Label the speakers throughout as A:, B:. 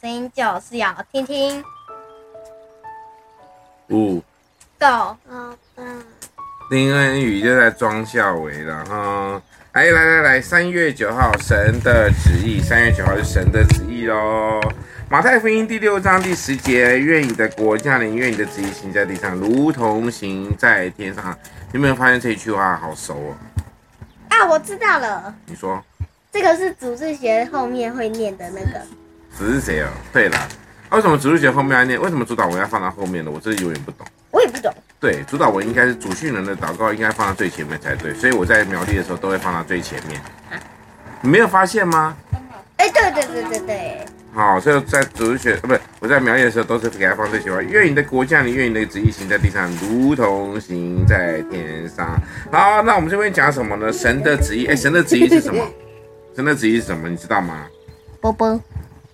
A: 声音就是要听听
B: 五、
A: 狗。
C: 好吧，
B: 林恩宇就在庄孝伟，然后，哎，来来来，三月九号，神的旨意，三月九号是神的旨意喽。马太福音第六章第十节，愿你的国降临，愿你的旨意行在地上，如同行在天上。你有没有发现这一句话好熟哦？
C: 啊，我知道了，
B: 你说，
C: 这个是主日学后面会念的那个，
B: 只是谁哦？对了，啊为什么主日学后面要念？为什么主导文要放到后面呢？我真的永远不懂。
C: 我也不懂。
B: 对，主导文应该是主训人的祷告应该放到最前面才对，所以我在苗栗的时候都会放到最前面。你没有发现吗？
C: 哎，对对对对对，
B: 好，所以在主日学呃，不是我在苗栗的时候都是给他放最喜欢。愿你的国降临，愿你的旨意行在地上，如同行在天上。好，那我们这边讲什么呢？神的旨意，哎，神的旨意是什么？神的旨意是什么？你知道吗？
A: 波波，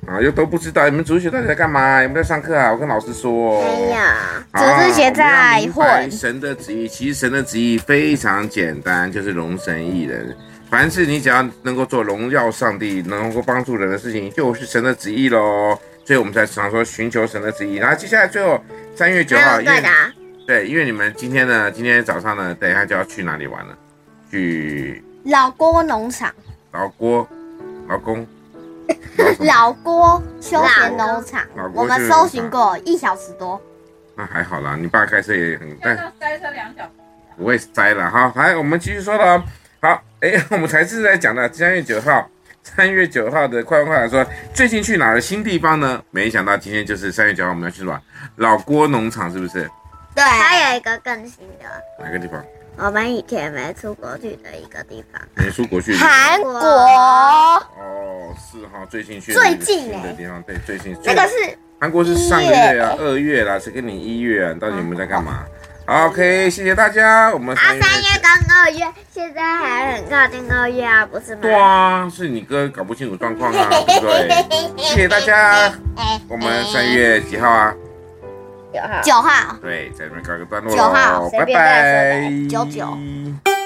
B: 啊，又都不知道，你们主日学到底在干嘛？有没有在上课啊？我跟老师说。
C: 哎呀，
A: 只是现在
B: 啊我们要明白
A: 混
B: 神的旨意，其实神的旨意非常简单，就是容神一人。凡是你只要能够做荣耀上帝、能够帮助人的事情，就是神的旨意喽。所以我们才常说寻求神的旨意。然后接下来最后三月九
A: 嗯
C: 还
B: 号，
C: 有
B: 因为
C: 对的啊，
B: 对，因为你们今天呢，今天早上呢，等一下就要去哪里玩了？去
A: 老郭农场，
C: 嗯
B: 老郭、老公、老 什么
A: 老郭休闲农场
B: 老郭，
A: 我们搜寻过一小时多。
B: 那还好啦，你爸开车也很，但
D: 看到塞车两小时，
B: 不会塞了哈。来，我们继续说了哦。好，哎， 我们才是在讲的三月九号，三月九号的快问快答说，最近去哪儿的新地方呢？没想到今天就是三月九号，我们要去什么？老郭农场是不是？
A: 对，
C: 还有一个更新的，
B: 哪个地方？
C: 我们以前没出国去的一个地方，
B: 没出国去的地方？
A: 韩国
C: 啊
B: 哦，是哈，最近去
A: 最近
B: 新的
A: 欸
B: 地方，对，最近
C: 那个是欸
B: 韩国是上个月啊，二月啦，谁跟你一月啊？你到底有没有在干嘛好？OK，谢谢大家，我们
C: 啊，
B: 三月
C: 三月跟二月，现在还很靠近二月啊，不是吗？
B: 对啊，是你哥搞不清楚状况啊，对不对？谢谢大家，我们三月几号啊？
C: 九 号。
A: 九号。
B: 对，在这边告一个段落
A: 九号
B: 喽，
A: 随
B: 拜
A: 便乱说的九
B: 拜，
A: 九。